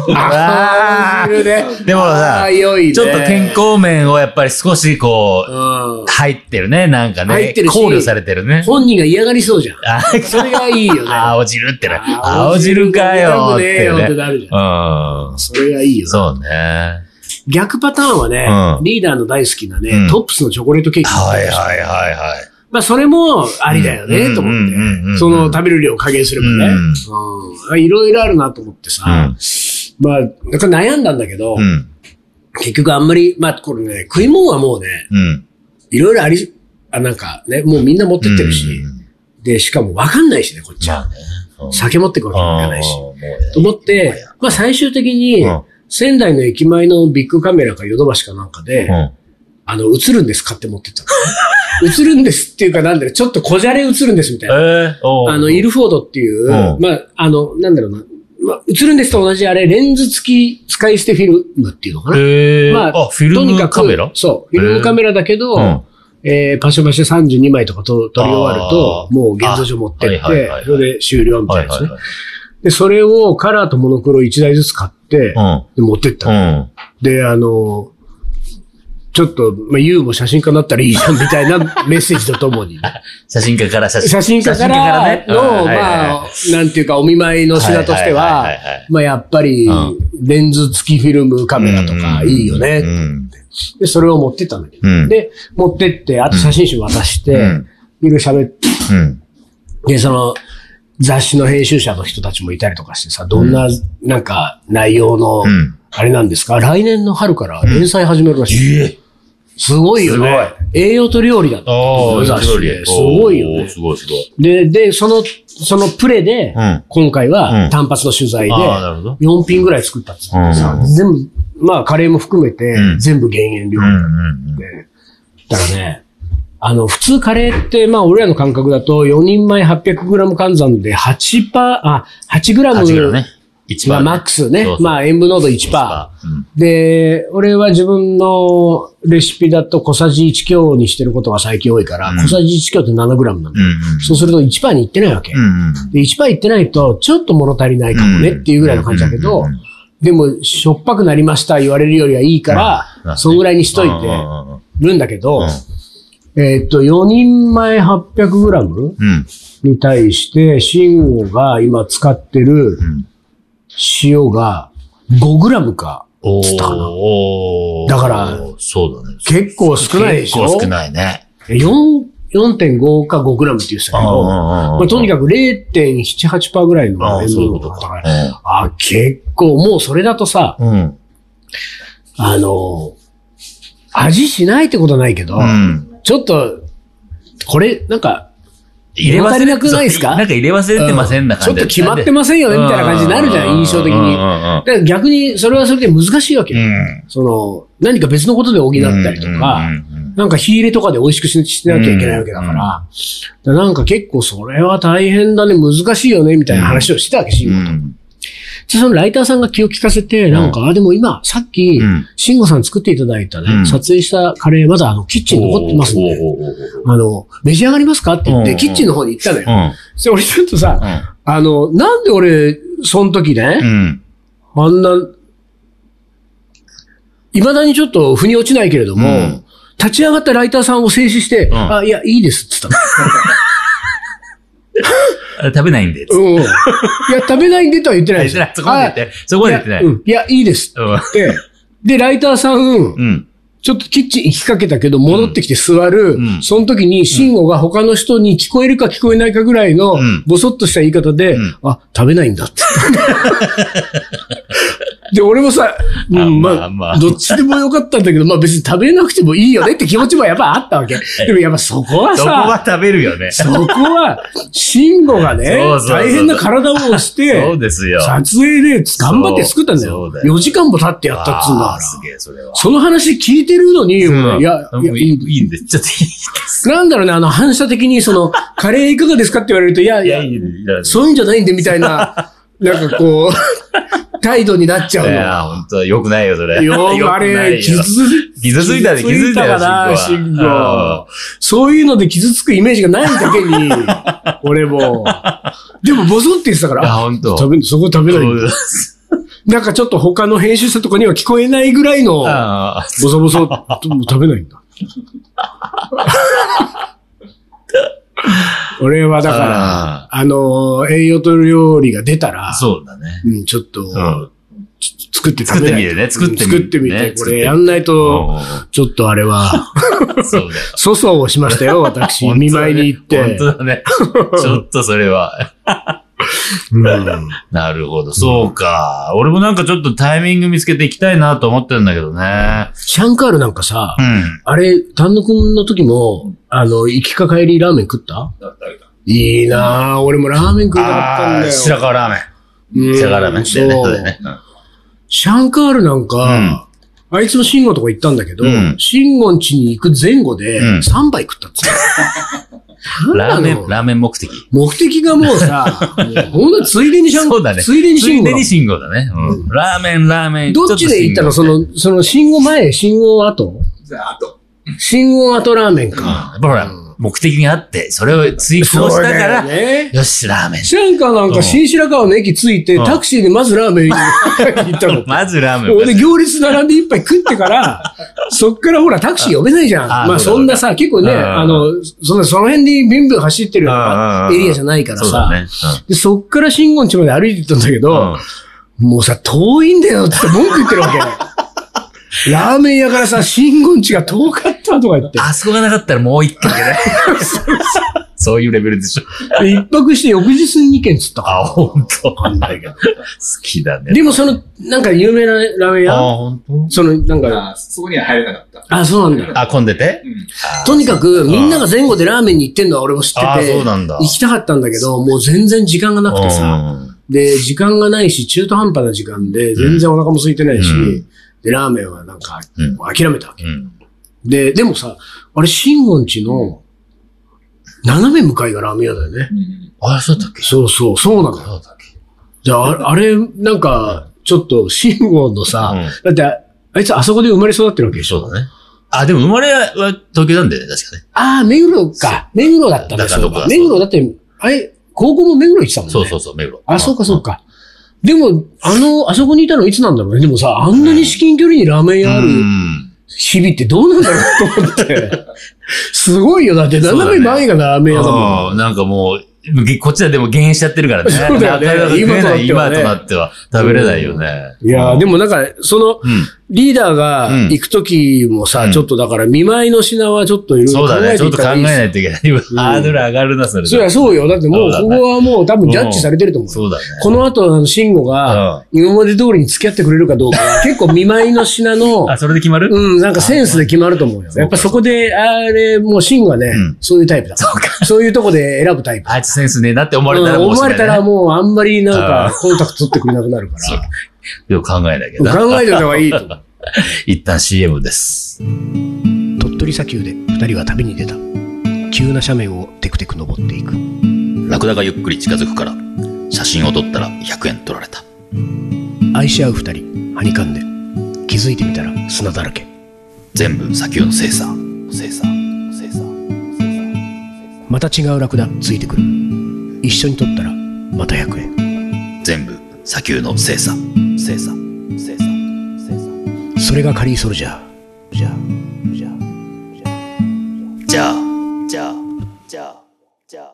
[SPEAKER 2] わー
[SPEAKER 1] あー、ね、
[SPEAKER 2] でもさ
[SPEAKER 1] あー良いね
[SPEAKER 2] ちょっと健康面をやっぱり少しこう、
[SPEAKER 1] うん。
[SPEAKER 2] 入ってるね、なんかね。
[SPEAKER 1] 入ってるし
[SPEAKER 2] 考慮されてるね。
[SPEAKER 1] 本人が嫌がりそうじゃん。
[SPEAKER 2] あ
[SPEAKER 1] それがい いよね。
[SPEAKER 2] 青汁ってな。青
[SPEAKER 1] 青
[SPEAKER 2] 汁
[SPEAKER 1] 汁
[SPEAKER 2] かよっ
[SPEAKER 1] 飲みたくねえ
[SPEAKER 2] て
[SPEAKER 1] よって
[SPEAKER 2] ね。
[SPEAKER 1] なるじゃん。
[SPEAKER 2] うん。
[SPEAKER 1] それがいいよね。
[SPEAKER 2] そうね。
[SPEAKER 1] 逆パターンはね、
[SPEAKER 2] うん
[SPEAKER 1] リーダーの大好きなね、
[SPEAKER 2] うん
[SPEAKER 1] トップスのチョコレートケーキ。
[SPEAKER 2] はいはいはいはい。
[SPEAKER 1] まあ、それもありだよ
[SPEAKER 2] うん
[SPEAKER 1] ね、と思
[SPEAKER 2] うんうんうんう
[SPEAKER 1] っ
[SPEAKER 2] ん
[SPEAKER 1] て。その食べる量を加減すればね。うん。いろいろあるなと思って
[SPEAKER 2] う
[SPEAKER 1] さ
[SPEAKER 2] ん。。
[SPEAKER 1] まあ、なんか悩んだんだけど
[SPEAKER 2] う、ん。
[SPEAKER 1] 結局あんまり、まあ、これね、食い物はもうね、
[SPEAKER 2] うん。
[SPEAKER 1] いろいろあり、あ、なんかね、もうみんな持ってってるし、で、しかもわかんないしね、こっち
[SPEAKER 2] じゃあ
[SPEAKER 1] は。
[SPEAKER 2] ね。うん
[SPEAKER 1] 酒持ってくわけにもいかないし。
[SPEAKER 2] うんもうね
[SPEAKER 1] と思って、まあ、最終的に
[SPEAKER 2] うん、
[SPEAKER 1] 仙台の駅前のビッグカメラかヨドバシかなんかで、
[SPEAKER 2] うん
[SPEAKER 1] あの、映るんです買って持ってったの。 映るんですっていうか、なんだろう、ちょっとこじゃれ映るんですみたいな。
[SPEAKER 2] ええおう
[SPEAKER 1] あの、イルフォードっていう、
[SPEAKER 2] うん
[SPEAKER 1] まあ、あの、なんだろうな、まあ、映るんですと同じあれ、レンズ付き使い捨てフィルムっていうのかな。
[SPEAKER 2] ええ
[SPEAKER 1] ま
[SPEAKER 2] あ、フィル
[SPEAKER 1] とに
[SPEAKER 2] ム
[SPEAKER 1] かく
[SPEAKER 2] カメラ
[SPEAKER 1] そう、フィルムカメラだけど、
[SPEAKER 2] うん
[SPEAKER 1] えーパシャパシャ32枚とかと撮り終わると
[SPEAKER 2] あ、ー
[SPEAKER 1] もう現像所持ってって、
[SPEAKER 2] あはいはいはい
[SPEAKER 1] それで終了みた
[SPEAKER 2] はいい
[SPEAKER 1] な
[SPEAKER 2] は
[SPEAKER 1] やつ
[SPEAKER 2] い
[SPEAKER 1] ね、
[SPEAKER 2] はい。
[SPEAKER 1] で、それをカラーとモノクロ1台ずつ買って、
[SPEAKER 2] うん。
[SPEAKER 1] で持ってった
[SPEAKER 2] う
[SPEAKER 1] の、
[SPEAKER 2] ん。
[SPEAKER 1] で、あの、ちょっと、まあ、ユウも写真家になったらいいじ ゃんみたいなメッセージとともに。
[SPEAKER 2] 写真家から写真
[SPEAKER 1] 写真家から
[SPEAKER 2] 写真家からね
[SPEAKER 1] の、
[SPEAKER 2] うんはいはいはい
[SPEAKER 1] まあ、なんていうか、お見舞いの品としては
[SPEAKER 2] はいはいはいはいはい、
[SPEAKER 1] まあ、やっぱり
[SPEAKER 2] うん、
[SPEAKER 1] レンズ付きフィルムカメラとか、いいよ
[SPEAKER 2] う
[SPEAKER 1] ね。
[SPEAKER 2] ん。
[SPEAKER 1] で、それを持ってったんだけ
[SPEAKER 2] う
[SPEAKER 1] ど。
[SPEAKER 2] ん
[SPEAKER 1] で、持ってって、あと写真集渡し
[SPEAKER 2] う
[SPEAKER 1] て
[SPEAKER 2] ん、
[SPEAKER 1] いろいろ喋って、
[SPEAKER 2] うん。
[SPEAKER 1] で、その、雑誌の編集者の人たちもいたりとかしてさ、どんな、なんか、内容の
[SPEAKER 2] うん、
[SPEAKER 1] あれなんですか来年の春から連載始めるらしい。
[SPEAKER 2] え
[SPEAKER 1] すごいよね。栄養と料理だった。
[SPEAKER 2] ああ、
[SPEAKER 1] 雑誌ですごいよね。
[SPEAKER 2] すごいすごい。
[SPEAKER 1] で、で、その、そのプレで、
[SPEAKER 2] うん
[SPEAKER 1] 今回
[SPEAKER 2] うん
[SPEAKER 1] は単発の取材で、
[SPEAKER 2] あーなるほど
[SPEAKER 1] 4品ぐらい作ったっつってさ、
[SPEAKER 2] うん
[SPEAKER 1] 全部、まあカレーも含めて
[SPEAKER 2] う、ん
[SPEAKER 1] 全部減塩料
[SPEAKER 2] う
[SPEAKER 1] 理だ
[SPEAKER 2] んうん
[SPEAKER 1] からね、あの、普通カレーって、まあ俺らの感覚だと、4人前 800g 換算で8パー、あ、
[SPEAKER 2] うん。8グラム
[SPEAKER 1] 8g
[SPEAKER 2] ね。一
[SPEAKER 1] まあ
[SPEAKER 2] 番。
[SPEAKER 1] マックスね
[SPEAKER 2] そうそ。う
[SPEAKER 1] まあ塩分濃度1%パー。で、俺は自分のレシピだと小さじ1強にしてることが最近多いから、
[SPEAKER 2] うん
[SPEAKER 1] 小さじ1強って 7g なん
[SPEAKER 2] う
[SPEAKER 1] だ
[SPEAKER 2] ん
[SPEAKER 1] よ。
[SPEAKER 2] うん。
[SPEAKER 1] そうすると1%にいってないわけ。
[SPEAKER 2] うん。
[SPEAKER 1] で、1杯いってないと、ちょっと物足りないかもねっていうぐらいの感じだけど
[SPEAKER 2] うん、
[SPEAKER 1] でも、しょっぱくなりました言われるよりはいいか
[SPEAKER 2] まあ
[SPEAKER 1] ら、そんぐらいにしとい
[SPEAKER 2] うんう
[SPEAKER 1] て
[SPEAKER 2] んうん
[SPEAKER 1] るんだけど
[SPEAKER 2] ん、
[SPEAKER 1] えーっと、4人前 800g
[SPEAKER 2] うん。
[SPEAKER 1] に対して、慎吾が今使ってる
[SPEAKER 2] ん
[SPEAKER 1] 塩が 5g か。
[SPEAKER 2] お
[SPEAKER 1] つったかな
[SPEAKER 2] お
[SPEAKER 1] だから、
[SPEAKER 2] そうだね。
[SPEAKER 1] 結構少ないでしょ
[SPEAKER 2] 結構少ないね。
[SPEAKER 1] 4 4.5か 5g って言ってたけど、まあ、とに
[SPEAKER 2] か
[SPEAKER 1] かく0.78%ぐらい
[SPEAKER 2] あ
[SPEAKER 1] の
[SPEAKER 2] あ、
[SPEAKER 1] 塩
[SPEAKER 2] そういう
[SPEAKER 1] 分
[SPEAKER 2] こと
[SPEAKER 1] だったか
[SPEAKER 2] か。
[SPEAKER 1] ら、あ、結構、もうそれだとさ、
[SPEAKER 2] うん。うん。
[SPEAKER 1] あの、味しないってことはないけど、
[SPEAKER 2] うん
[SPEAKER 1] ちょっと、これ、なんか、
[SPEAKER 2] 入れ忘
[SPEAKER 1] 物足
[SPEAKER 2] れ
[SPEAKER 1] りなくないですか
[SPEAKER 2] そうなんか入れ忘れてません な
[SPEAKER 1] ちょ
[SPEAKER 2] 感
[SPEAKER 1] っ
[SPEAKER 2] じ
[SPEAKER 1] と決まってますせんよね、みたいな感じになるじゃん、印象的
[SPEAKER 2] うんう
[SPEAKER 1] に。だ
[SPEAKER 2] ん
[SPEAKER 1] から逆に、それはそれで難しいわけ
[SPEAKER 2] う
[SPEAKER 1] よ。
[SPEAKER 2] ん。
[SPEAKER 1] その、何か別のことで補ったりとか、なんか火入れとかで美味しくししなきゃいけないわけだから、
[SPEAKER 2] うんうん
[SPEAKER 1] だからなんか結構それは大変だね、難しいよね、みたいな話をしてたわけ、慎
[SPEAKER 2] う
[SPEAKER 1] 吾と。
[SPEAKER 2] ん。
[SPEAKER 1] で、そのライターさんが気を利かせて、なんか、あ、でも今、さっき
[SPEAKER 2] うん、
[SPEAKER 1] 慎吾さん作っていただいたね、
[SPEAKER 2] うん
[SPEAKER 1] 撮影したカレー、まだあの、キッチンに残ってますんで、
[SPEAKER 2] おーおーおー
[SPEAKER 1] あの、召し上がりますかって言っ
[SPEAKER 2] う
[SPEAKER 1] て、
[SPEAKER 2] ん
[SPEAKER 1] キッチンの方に行ったの
[SPEAKER 2] お
[SPEAKER 1] よ。
[SPEAKER 2] ー
[SPEAKER 1] それ俺ちょっとさ、
[SPEAKER 2] う
[SPEAKER 1] あの、なんで俺、その時ね、
[SPEAKER 2] ん。うん。
[SPEAKER 1] あんな、未だにちょっと腑に落ちないけれども、
[SPEAKER 2] うん
[SPEAKER 1] 立ち上がったライターさんを制止して、
[SPEAKER 2] ん
[SPEAKER 1] あ、いや、いいです、っつったの。
[SPEAKER 2] あ食べないんで。
[SPEAKER 1] うん。いや、食べないんでとは言ってない
[SPEAKER 2] 言
[SPEAKER 1] で
[SPEAKER 2] っ
[SPEAKER 1] す
[SPEAKER 2] て
[SPEAKER 1] よ
[SPEAKER 2] ない。そこまで言ってない。そこまで言ってない。
[SPEAKER 1] うんいや、いいですって。で、ライターさん
[SPEAKER 2] う、ん。
[SPEAKER 1] ちょっとキッチン行きかけたけど、戻ってきて座る
[SPEAKER 2] うん。
[SPEAKER 1] その時に、慎吾が他の人に聞こえるか聞こえないかぐらいの
[SPEAKER 2] うん、
[SPEAKER 1] ぼそっとした言い方で
[SPEAKER 2] うん、
[SPEAKER 1] あ、食べないんだ って。で、俺もさ、う
[SPEAKER 2] あ
[SPEAKER 1] ん
[SPEAKER 2] ま
[SPEAKER 1] ま
[SPEAKER 2] あま
[SPEAKER 1] あ
[SPEAKER 2] あ、
[SPEAKER 1] どっちでもよかったんだけど、まあ別に食べなくてもいいよね って気持ちもやっぱあったわけ。でもやっぱそこは
[SPEAKER 2] そこ
[SPEAKER 1] さ、
[SPEAKER 2] は食べるよね。
[SPEAKER 1] そこは、慎吾がね
[SPEAKER 2] そうそうそう、そう
[SPEAKER 1] 大変な体を押して、
[SPEAKER 2] そうですよ。
[SPEAKER 1] 撮影で頑張って作ったんだ
[SPEAKER 2] そう
[SPEAKER 1] よ
[SPEAKER 2] そう。だよ
[SPEAKER 1] 4時間も経ってやったっつうんだか
[SPEAKER 2] あー
[SPEAKER 1] ら。
[SPEAKER 2] すげえ、それは。
[SPEAKER 1] その話聞いてるのに、
[SPEAKER 2] うん
[SPEAKER 1] いや、
[SPEAKER 2] うん
[SPEAKER 1] いや、い
[SPEAKER 2] いい
[SPEAKER 1] い
[SPEAKER 2] いいんで、ちょっといい
[SPEAKER 1] なんだろうね、あの、反射的に、そ の、カレーいかがですかって言われると、いやい
[SPEAKER 2] いや、
[SPEAKER 1] や
[SPEAKER 2] い、いんだ。
[SPEAKER 1] そういうんじゃないんで、みたい な、なんかこう、態度になっちゃ
[SPEAKER 2] いや、
[SPEAKER 1] う
[SPEAKER 2] 本当は良くないよ、それ。
[SPEAKER 1] の。よ
[SPEAKER 2] 良
[SPEAKER 1] ー、あ
[SPEAKER 2] くな
[SPEAKER 1] れ、
[SPEAKER 2] いよ
[SPEAKER 1] 傷つ、
[SPEAKER 2] 傷ついたで傷ついた
[SPEAKER 1] か
[SPEAKER 2] よ
[SPEAKER 1] な、
[SPEAKER 2] 慎
[SPEAKER 1] 慎
[SPEAKER 2] 吾は
[SPEAKER 1] 吾。そういうので傷つくイメージがないだけに、 俺も。でも、ボソって言ってたか
[SPEAKER 2] いや、
[SPEAKER 1] ら、あ
[SPEAKER 2] 本当。
[SPEAKER 1] 食べんそこ食べないんだ。なんかちょっと他の編集者とかには聞こえないぐらいの、
[SPEAKER 2] ああ
[SPEAKER 1] ボソボソ、もう食べない んだ。俺はだから、あ
[SPEAKER 2] あ
[SPEAKER 1] のー、栄養と料理が出たら
[SPEAKER 2] あ、そうだね。
[SPEAKER 1] うん、ちょっと、
[SPEAKER 2] うん。
[SPEAKER 1] 作って食べない
[SPEAKER 2] 作ってみてね作ってみて
[SPEAKER 1] うん作ってみ
[SPEAKER 2] ね
[SPEAKER 1] て。こ
[SPEAKER 2] 作ってみ
[SPEAKER 1] れ
[SPEAKER 2] て
[SPEAKER 1] やんないと、
[SPEAKER 2] う
[SPEAKER 1] ちょっとあれ は、
[SPEAKER 2] んそうだよ。
[SPEAKER 1] 粗相をしましたよ、私。見舞いに行って。
[SPEAKER 2] 本当だ ね。ちょっとそれは。
[SPEAKER 1] うん
[SPEAKER 2] なるほど。そうか。俺もなんかちょっとタイミング見つけていきたいなと思ってるんだけどね。
[SPEAKER 1] シャンカールなんかさ
[SPEAKER 2] う、ん。
[SPEAKER 1] あれ、丹野くんの時も、あの、行きか帰りラーメン食った
[SPEAKER 3] 誰か。
[SPEAKER 1] いいなぁ、俺もラーメン食いたかったんだ
[SPEAKER 2] ああ、
[SPEAKER 1] よ。
[SPEAKER 2] 白川ラーメ
[SPEAKER 1] う
[SPEAKER 2] ン。
[SPEAKER 1] ん
[SPEAKER 2] 白川ラーメンだよね。
[SPEAKER 1] そう
[SPEAKER 2] そうだよね。うん
[SPEAKER 1] シャンカールなんか、あいつも慎吾のとこ行ったんだけど
[SPEAKER 2] うん、
[SPEAKER 1] 慎吾ん家に行く前後で
[SPEAKER 2] うん
[SPEAKER 1] 3杯食ったっつって
[SPEAKER 2] ラーメン、
[SPEAKER 1] の
[SPEAKER 2] ラーメン目的。
[SPEAKER 1] 目的がもう さ、もうほんとついでにシャン
[SPEAKER 2] そうだね
[SPEAKER 1] ついでに
[SPEAKER 2] つい
[SPEAKER 1] 慎
[SPEAKER 2] で
[SPEAKER 1] 吾
[SPEAKER 2] に信号だね。うん。ラーメン、ラーメン。
[SPEAKER 1] どっちで行ったの
[SPEAKER 2] ちょ
[SPEAKER 1] そ
[SPEAKER 2] と信号ね、
[SPEAKER 1] の、その信号前、信号後
[SPEAKER 3] じゃあ、あと、
[SPEAKER 1] 信号後ラーメン
[SPEAKER 2] うん
[SPEAKER 1] か。
[SPEAKER 2] やっぱほら、目的があって、それを追求したか
[SPEAKER 1] そう
[SPEAKER 2] ら、
[SPEAKER 1] だよね。
[SPEAKER 2] よし、ラーメン。
[SPEAKER 1] シャンカーなん
[SPEAKER 2] う
[SPEAKER 1] か
[SPEAKER 2] ん
[SPEAKER 1] 新白川の駅着いて、
[SPEAKER 2] うん。
[SPEAKER 1] タクシーでまずラーメン行ったの
[SPEAKER 2] まずラーメンを。
[SPEAKER 1] 俺行列並んで一杯食って から、そっからほらタクシー呼べないじゃん。
[SPEAKER 2] あ
[SPEAKER 1] まあ
[SPEAKER 2] そうだ
[SPEAKER 1] そんなさ、結構ね、
[SPEAKER 2] うん
[SPEAKER 1] あの、そんなその辺でビンビン走ってるような
[SPEAKER 2] うん
[SPEAKER 1] エリアじゃないから
[SPEAKER 2] そうだ
[SPEAKER 1] さ。
[SPEAKER 2] ね。
[SPEAKER 1] でそっから信号地まで歩いてったんだけ
[SPEAKER 2] う
[SPEAKER 1] ど、もうさ、遠いんだよって文句言ってるわ け。ラーメン屋からさ、信号地が遠かったとか言って
[SPEAKER 2] ん。あそこがなかったらもう一軒 じゃないそういうレベルでしょ。
[SPEAKER 1] で一泊して翌日に2軒つったか
[SPEAKER 2] あ、ほんと。好
[SPEAKER 1] ら。だけど
[SPEAKER 2] きだね。
[SPEAKER 1] でもその、なんか有名なラーメン
[SPEAKER 2] あ、
[SPEAKER 1] 屋
[SPEAKER 2] ほんと
[SPEAKER 1] その、なんか、
[SPEAKER 3] あそこには入れなかった。
[SPEAKER 1] あ、そうなんだ。
[SPEAKER 2] あ、混んでて
[SPEAKER 3] うん。
[SPEAKER 1] とにかく、みんなが前後でラーメンに行ってんのは俺も知ってて、
[SPEAKER 2] あーそうなんだ
[SPEAKER 1] 行きたかったんだけど、もう全然時間がなくてさ、
[SPEAKER 2] うん
[SPEAKER 1] で、時間がないし、中途半端な時間で、全然お腹も空いてないし、
[SPEAKER 2] うん
[SPEAKER 1] で、ラーメンはなんか、
[SPEAKER 2] うん
[SPEAKER 1] もう諦めたわけ。
[SPEAKER 2] うん。
[SPEAKER 1] で、でもさ、あれ、新言地の、斜め向かいがラーメン屋だよね。
[SPEAKER 3] うん。
[SPEAKER 2] あ、そうだっけ
[SPEAKER 1] そうそう、そうなのよ。
[SPEAKER 2] そうだっけ
[SPEAKER 1] じゃあ、あれ、なんか、ちょっと、新言のさ、
[SPEAKER 2] う
[SPEAKER 1] だって、あいつあそこで生まれ育ってるわけで
[SPEAKER 2] ん。
[SPEAKER 1] しょ。
[SPEAKER 2] そうだね。あ、でも生まれは東京なんだよね、確かね。
[SPEAKER 1] ああ、目黒か。目黒だったんだ
[SPEAKER 2] だからどこだ
[SPEAKER 1] 目黒だって、あれ、高校も目黒行ってたもんね。
[SPEAKER 2] そうそうそう、目黒。
[SPEAKER 1] あ、そうかそう
[SPEAKER 2] か。
[SPEAKER 1] か。でも、あの、あそこにいたのいつなんだろうね。でもさ、あんなに至近距離にラーメン
[SPEAKER 2] う
[SPEAKER 1] 屋ある
[SPEAKER 2] ん。
[SPEAKER 1] 日々ってどうなんだろうと思って。 すごいよ。だって、
[SPEAKER 2] そうだね
[SPEAKER 1] 斜め前がラーメン屋だもん。
[SPEAKER 2] うんなんかもう、げこっちはでも減塩しちゃってるからね。
[SPEAKER 1] そうだよね
[SPEAKER 2] なかなか食えない今
[SPEAKER 1] 今となってはね
[SPEAKER 2] となっては食べれないよね。
[SPEAKER 1] いやーで
[SPEAKER 2] も、
[SPEAKER 1] もなんか、その、
[SPEAKER 2] うん。
[SPEAKER 1] リーダーが
[SPEAKER 2] うん
[SPEAKER 1] 行くときもさ、
[SPEAKER 2] うん
[SPEAKER 1] ちょっとだから、見舞いの品はちょっといろい
[SPEAKER 2] そ
[SPEAKER 1] ろ
[SPEAKER 2] う
[SPEAKER 1] 考
[SPEAKER 2] だ
[SPEAKER 1] え
[SPEAKER 2] ね。ち
[SPEAKER 1] てい
[SPEAKER 2] ょっと
[SPEAKER 1] た
[SPEAKER 2] 考
[SPEAKER 1] らい
[SPEAKER 2] え
[SPEAKER 1] い
[SPEAKER 2] ないといけない。今ハードル上がるな、それで。
[SPEAKER 1] そりゃそうよ。だってもう、
[SPEAKER 2] そうだ
[SPEAKER 1] こ
[SPEAKER 2] ね
[SPEAKER 1] こはもう多分ジャッジされてると思う。
[SPEAKER 2] そうだね。
[SPEAKER 1] この後、あの、慎吾が、今まで通りに付き合ってくれるかどうかは、結構見舞いの品の、
[SPEAKER 2] あ、それで決まる
[SPEAKER 1] うん、なんかセンスで決まると思うよ。
[SPEAKER 2] そうか
[SPEAKER 1] やっぱそこで、あれ、もうシンはね、
[SPEAKER 2] うん
[SPEAKER 1] そういうタイプだ。そういうとこで選ぶタイプ。
[SPEAKER 2] あいつセンスねえなって思われた
[SPEAKER 1] う
[SPEAKER 2] ら
[SPEAKER 1] ん
[SPEAKER 2] もうお
[SPEAKER 1] 思
[SPEAKER 2] し
[SPEAKER 1] わ
[SPEAKER 2] ま
[SPEAKER 1] れ
[SPEAKER 2] いだ
[SPEAKER 1] たら
[SPEAKER 2] ね。
[SPEAKER 1] もうあんまりなん
[SPEAKER 2] あ
[SPEAKER 1] かコンタクト取ってくれなくなるか
[SPEAKER 2] そうよく考えなきゃ
[SPEAKER 1] ら、
[SPEAKER 2] な。
[SPEAKER 1] 考えておいた方がいいと思う。
[SPEAKER 2] 一旦 CM です。
[SPEAKER 1] 鳥取砂丘で二人は旅に出た。急な斜面をテクテク登っていく。
[SPEAKER 2] ラクダがゆっくり近づくから、写真を撮ったら100円取られた。
[SPEAKER 1] 愛し合う二人、はにかんで。気づいてみたら砂だらけ。
[SPEAKER 2] 全部砂丘の精査。精査。精査。
[SPEAKER 1] また違うラクダついてくる。一緒に撮ったら、また100円。
[SPEAKER 2] 全部砂丘の精査。精査。精査。精査。
[SPEAKER 1] それがカリーソルジャー。じゃあ、じゃあ。
[SPEAKER 2] じゃあ、じゃあ、じゃあ、じゃあ。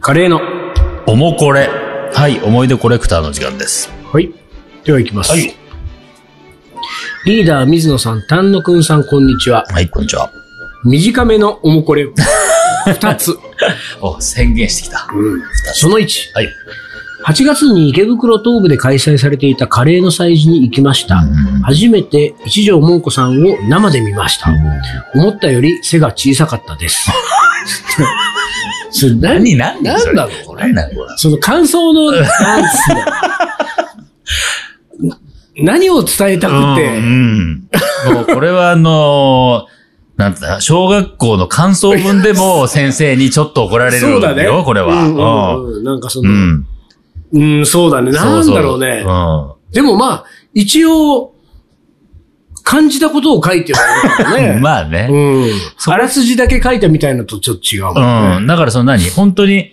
[SPEAKER 1] カレーの。
[SPEAKER 2] おもこれ。はい、思い出コレクターの時間です。
[SPEAKER 1] はい。では行きます。
[SPEAKER 2] はい
[SPEAKER 1] リーダー水野さん、丹野くんさん、こんにちは。
[SPEAKER 2] はい、こんにちは。
[SPEAKER 1] 短めのおも これを。二つ。
[SPEAKER 2] お、宣言してきた。
[SPEAKER 1] その1。
[SPEAKER 2] はい。
[SPEAKER 1] 8月に池袋東部で開催されていたカレーの祭事に行きました。初めて一条文子さんを生で見ました。思ったより背が小さかった です。それ何
[SPEAKER 2] 何、何
[SPEAKER 1] なん
[SPEAKER 2] それ
[SPEAKER 1] だろうこれ
[SPEAKER 2] 何なのこれ。
[SPEAKER 1] その感想の、なんつ うの何を伝えたく
[SPEAKER 2] う
[SPEAKER 1] て、
[SPEAKER 2] ん。うんもうこれはあのー、なんて言うんだ小学校の感想文でも先生にちょっと怒られる
[SPEAKER 1] そう
[SPEAKER 2] よ、
[SPEAKER 1] だね。
[SPEAKER 2] これ
[SPEAKER 1] うん
[SPEAKER 2] は。
[SPEAKER 1] うんうんなんかそ
[SPEAKER 2] うん。う
[SPEAKER 1] の、
[SPEAKER 2] ん。
[SPEAKER 1] うん、そうだね。なんだろう
[SPEAKER 2] そ
[SPEAKER 1] ね
[SPEAKER 2] そ。
[SPEAKER 1] でもまあ、一応、感じたことを書いてるわけだから
[SPEAKER 2] う
[SPEAKER 1] ね。
[SPEAKER 2] ん。 まあね。
[SPEAKER 1] うん。あらすじだけ書いたみたいなのとちょっと違うもん
[SPEAKER 2] う
[SPEAKER 1] ね。
[SPEAKER 2] ん。だからその何本当に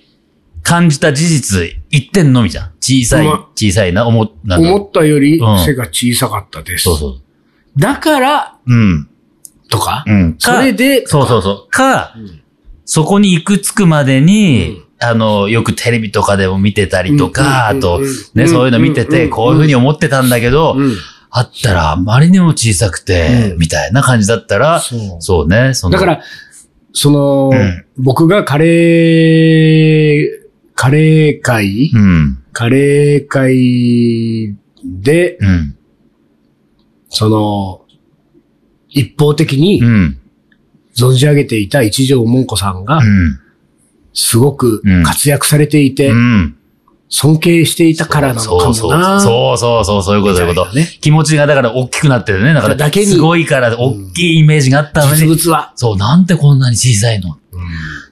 [SPEAKER 2] 感じた事実、一点のみじゃん。小さい、
[SPEAKER 1] うま
[SPEAKER 2] 小さいな、思、なんだろう
[SPEAKER 1] 思ったより
[SPEAKER 2] うん
[SPEAKER 1] 背が小さかったです。
[SPEAKER 2] そうそう。
[SPEAKER 1] だから、
[SPEAKER 2] うん。
[SPEAKER 1] とか、
[SPEAKER 2] うん。
[SPEAKER 1] そ
[SPEAKER 2] か
[SPEAKER 1] れで、
[SPEAKER 2] そうそうそう。か、
[SPEAKER 1] うん
[SPEAKER 2] そこに行くつくまでに、
[SPEAKER 1] う
[SPEAKER 2] あの、よくテレビとかでも見てたりとか、
[SPEAKER 1] うん
[SPEAKER 2] あと
[SPEAKER 1] うんうん、う
[SPEAKER 2] ね、
[SPEAKER 1] ん
[SPEAKER 2] そういうの見て
[SPEAKER 1] うんうんう
[SPEAKER 2] て、
[SPEAKER 1] ん
[SPEAKER 2] こういうふうに思ってたんだけど、
[SPEAKER 1] うん
[SPEAKER 2] あったらあまりにも小さくて、
[SPEAKER 1] うん
[SPEAKER 2] みたいな感じだったら、
[SPEAKER 1] そう
[SPEAKER 2] そうね、その
[SPEAKER 1] だか、ら、その、
[SPEAKER 2] うん
[SPEAKER 1] 僕がカレー、カレー会、
[SPEAKER 2] うん、
[SPEAKER 1] カレー会で、
[SPEAKER 2] うん、
[SPEAKER 1] その、一方的に
[SPEAKER 2] うん、
[SPEAKER 1] 存じ上げていた一条文子さんが
[SPEAKER 2] う、ん、
[SPEAKER 1] すごく
[SPEAKER 2] うん
[SPEAKER 1] 活躍されていて、
[SPEAKER 2] うん。
[SPEAKER 1] 尊敬していたからなのかもな。
[SPEAKER 2] そうそうそうそうそう、そういうこと、そういうこ
[SPEAKER 1] みた
[SPEAKER 2] と。
[SPEAKER 1] いなね
[SPEAKER 2] 気持ちがだから大きくなってるね。だから、
[SPEAKER 1] だけに
[SPEAKER 2] すごいから、大きいイメージがあったの
[SPEAKER 1] 実
[SPEAKER 2] に、
[SPEAKER 1] 物は。
[SPEAKER 2] そう、なんでこんなに小さいの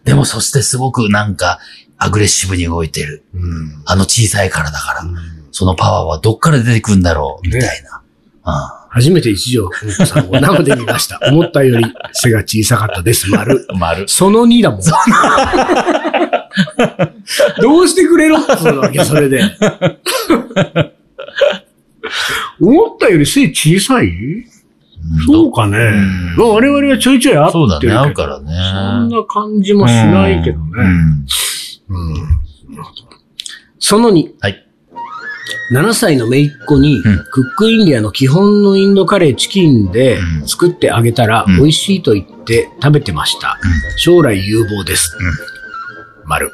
[SPEAKER 2] でもそしてすごくなんか、アグレッシブに動いてる。
[SPEAKER 1] うん
[SPEAKER 2] あの小さいからだから、そのパワーはどっから出てくるんだろう、みたいな。
[SPEAKER 1] 初めて一条文子さんを生で見ました。思ったより背が小さかったです。丸。
[SPEAKER 2] うん。丸。
[SPEAKER 1] その2だもん。どうしてくれろっつうわけ、そ れで。思ったより背小さいそうかね
[SPEAKER 2] ん。
[SPEAKER 1] まあ我々はちょいちょい合って
[SPEAKER 2] そう
[SPEAKER 1] る
[SPEAKER 2] だ
[SPEAKER 1] け
[SPEAKER 2] ね、
[SPEAKER 1] ど。
[SPEAKER 2] 合うからね。
[SPEAKER 1] そんな感じもしないけどね。
[SPEAKER 2] うん
[SPEAKER 1] うんその2。
[SPEAKER 2] はい。
[SPEAKER 1] 7歳の姪っ子に、
[SPEAKER 2] ん
[SPEAKER 1] クックインディアの基本のインドカレーチキンで
[SPEAKER 2] うん
[SPEAKER 1] 作ってあげたら、
[SPEAKER 2] うん
[SPEAKER 1] 美味しいと言って食べてました。将来有望です。丸。